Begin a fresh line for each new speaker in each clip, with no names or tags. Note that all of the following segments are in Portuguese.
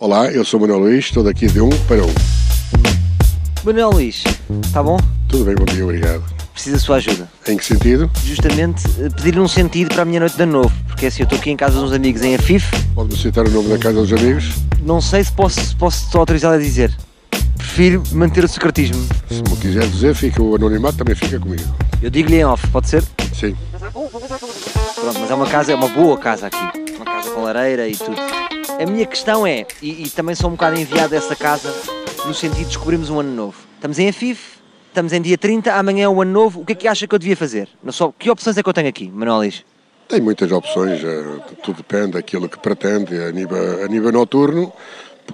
Olá, eu sou o Manuel Luís, estou daqui de um para um.
Manuel Luís, está bom?
Tudo bem, bom dia, obrigado.
Preciso da sua ajuda.
Em que sentido?
Justamente eh, pedir-lhe um sentido para a minha noite de ano novo, porque assim eu estou aqui em casa de uns amigos em Afif,
Pode-me citar o nome da casa dos amigos?
não sei se posso, se posso só autorizá-la a dizer. Prefiro manter o secretismo.
Se me quiser dizer, fica o anonimato, também fica comigo.
Eu digo-lhe em off, pode ser?
Sim.
Pronto, mas é uma casa, é uma boa casa aqui. Uma casa com lareira e tudo. A minha questão é, e, e também sou um bocado enviado dessa casa, no sentido de descobrirmos um ano novo. Estamos em Afif, estamos em dia 30, amanhã é o ano novo, o que é que acha que eu devia fazer? Não só, que opções é que eu tenho aqui, Manuel Luís?
Tem muitas opções, eh, tudo depende daquilo que pretende a nível, a nível noturno.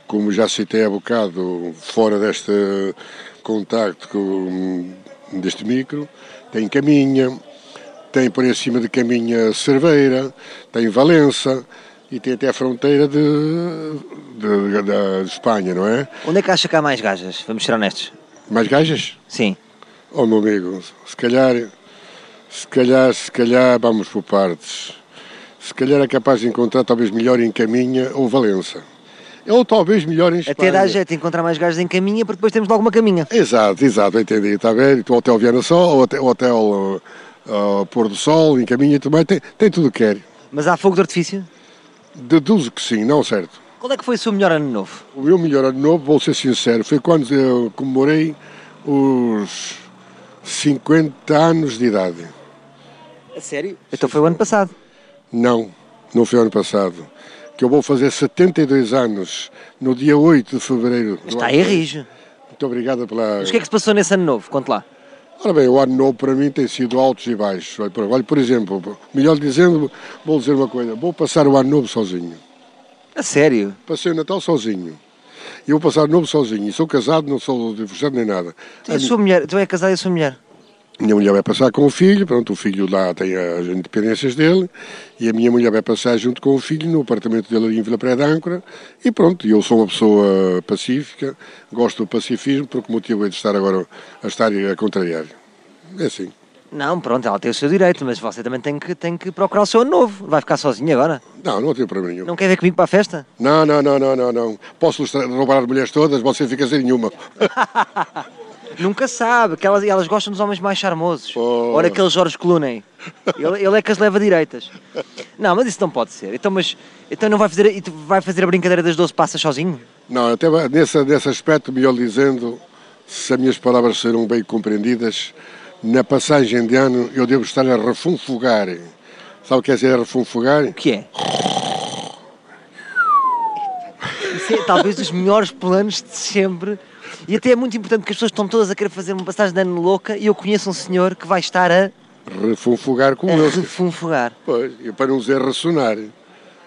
Como já citei há bocado, fora deste contacto com, deste micro, tem caminha, tem por em cima de caminha cerveira, tem Valença e tem até a fronteira de, de- da Espanha, não é?
Onde é que acha que há mais gajas? Vamos ser honestos.
Mais gajas?
Sim.
Oh, meu amigo, se calhar, se calhar, se calhar, vamos por partes. Se calhar é capaz de encontrar talvez melhor em Caminha ou Valença. Ou talvez melhor em Espanha.
Até dá jeito de encontrar mais gajas em caminha, porque depois temos logo uma caminha.
Exato, exato, entendi, está bem? O Hotel Viana Sol, o Hotel, o hotel ah, Pôr do Sol, em Caminha também, tem, tem tudo o que quer.
Mas há fogo de artifício?
Deduzo que sim, não certo.
Qual é que foi o seu melhor ano novo?
O meu melhor ano novo, vou ser sincero, foi quando eu comemorei os 50 anos de idade.
A sério? Então foi o ano passado.
Não, não foi ano passado. Que eu vou fazer 72 anos no dia 8 de fevereiro. do ano
Está aí
que vem.
rijo.
Muito obrigado pela.
Mas o que é que se passou nesse ano novo? Conte lá.
Ora bem, o ano novo para mim tem sido altos e baixos. Olha, por, olha, por exemplo, melhor dizendo, vou dizer uma coisa: vou passar o ano novo sozinho.
A sério?
Passei o Natal sozinho. E vou passar o novo sozinho. E sou casado, não sou divorciado nem nada.
Tu, e a sua mulher, tu é casado e a sua mulher?
Minha mulher vai passar com o filho, pronto, o filho lá tem as independências dele, e a minha mulher vai passar junto com o filho no apartamento dele ali em Vila Praia de Âncora, e pronto, eu sou uma pessoa pacífica, gosto do pacifismo, porque motivo é de estar agora a estar a contrariar. É assim.
Não, pronto, ela tem o seu direito, mas você também tem que, tem que procurar o seu ano novo. Vai ficar sozinho agora?
Não, não tenho problema nenhum.
Não quer ver comigo para a festa?
Não, não, não, não, não, não. Posso lustrar- roubar as mulheres todas, você fica sem nenhuma.
Nunca sabe, que elas, elas gostam dos homens mais charmosos.
Pois.
Ora, aquele Jorge Clooney. Ele, ele é que as leva direitas. Não, mas isso não pode ser. Então, mas, então não vai fazer, e tu vai fazer a brincadeira das 12 passas sozinho?
Não, até va- nesse, nesse aspecto, melhor dizendo, se as minhas palavras serão bem compreendidas, na passagem de ano eu devo estar a refunfugar. Sabe o que é dizer refunfugar?
O que é? Isso é talvez dos melhores planos de sempre. E até é muito importante que as pessoas estão todas a querer fazer uma passagem de ano louca e eu conheço um senhor que vai estar a,
Refunfugar com
a
eu.
refunfugar.
Pois, e para não dizer ressonar.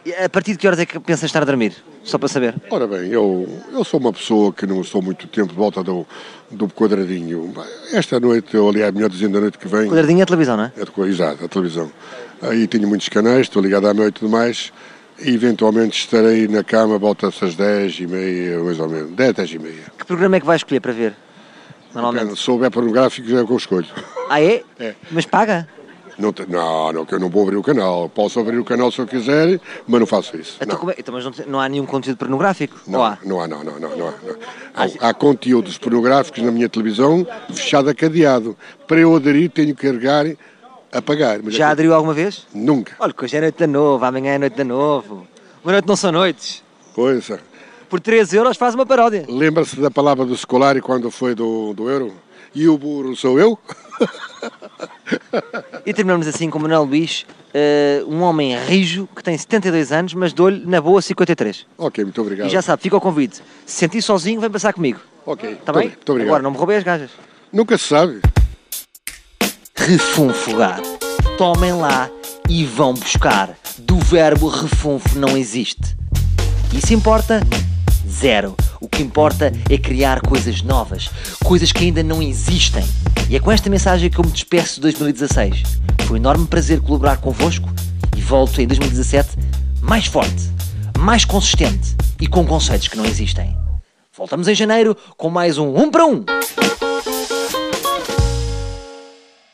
E A partir de que horas é que pensa estar a dormir? Só para saber.
Ora bem, eu, eu sou uma pessoa que não estou muito tempo de volta do, do quadradinho. Esta noite, ou aliás, melhor dizendo, a noite que vem.
Quadradinho é televisão, não é?
É de co- Exato, a televisão. Aí tenho muitos canais, estou ligado à meia e tudo mais. E eventualmente estarei na cama, volta às 10 e meia, mais ou menos. 10, 10 e meia.
Que programa é que vai escolher para ver? Normalmente.
Se houver pornográficos é o que eu escolho.
Ah, é?
É.
Mas paga?
Não, te- não, não, que eu não vou abrir o canal. Posso abrir o canal se eu quiser, mas não faço isso.
Então, como é- então, mas não, te- não há nenhum conteúdo pornográfico?
Não,
Ou há?
não há, não, não, não, não há. não. Há, há conteúdos pornográficos na minha televisão fechado a cadeado. Para eu aderir tenho que carregar a pagar. Mas
Já
aqui-
aderiu alguma vez?
Nunca.
Olha, que hoje é noite de novo, amanhã é noite de novo. Uma noite não são noites.
Coisa.
Por 13 euros faz uma paródia.
Lembra-se da palavra do Scolari quando foi do, do Euro? E o burro sou eu?
E terminamos assim com Manuel Luís, eh, um homem rijo que tem 72 anos, mas dou-lhe na boa 53.
Ok, muito obrigado.
E já sabe, fica o convite. Se sentir sozinho, vem passar comigo.
Ok, muito
Está Tá bem?
obri- Muito obrigado.
Agora, não me roubei as gajas.
Nunca se sabe.
refunfugar. Tomem lá e vão buscar. Do verbo refunfo não existe. Isso importa? Zero. O que importa é criar coisas novas, coisas que ainda não existem. E é com esta mensagem que eu me despeço de 2016. Foi um enorme prazer colaborar convosco e volto em 2017 mais forte, mais consistente e com conceitos que não existem. Voltamos em janeiro com mais um 1 para 1.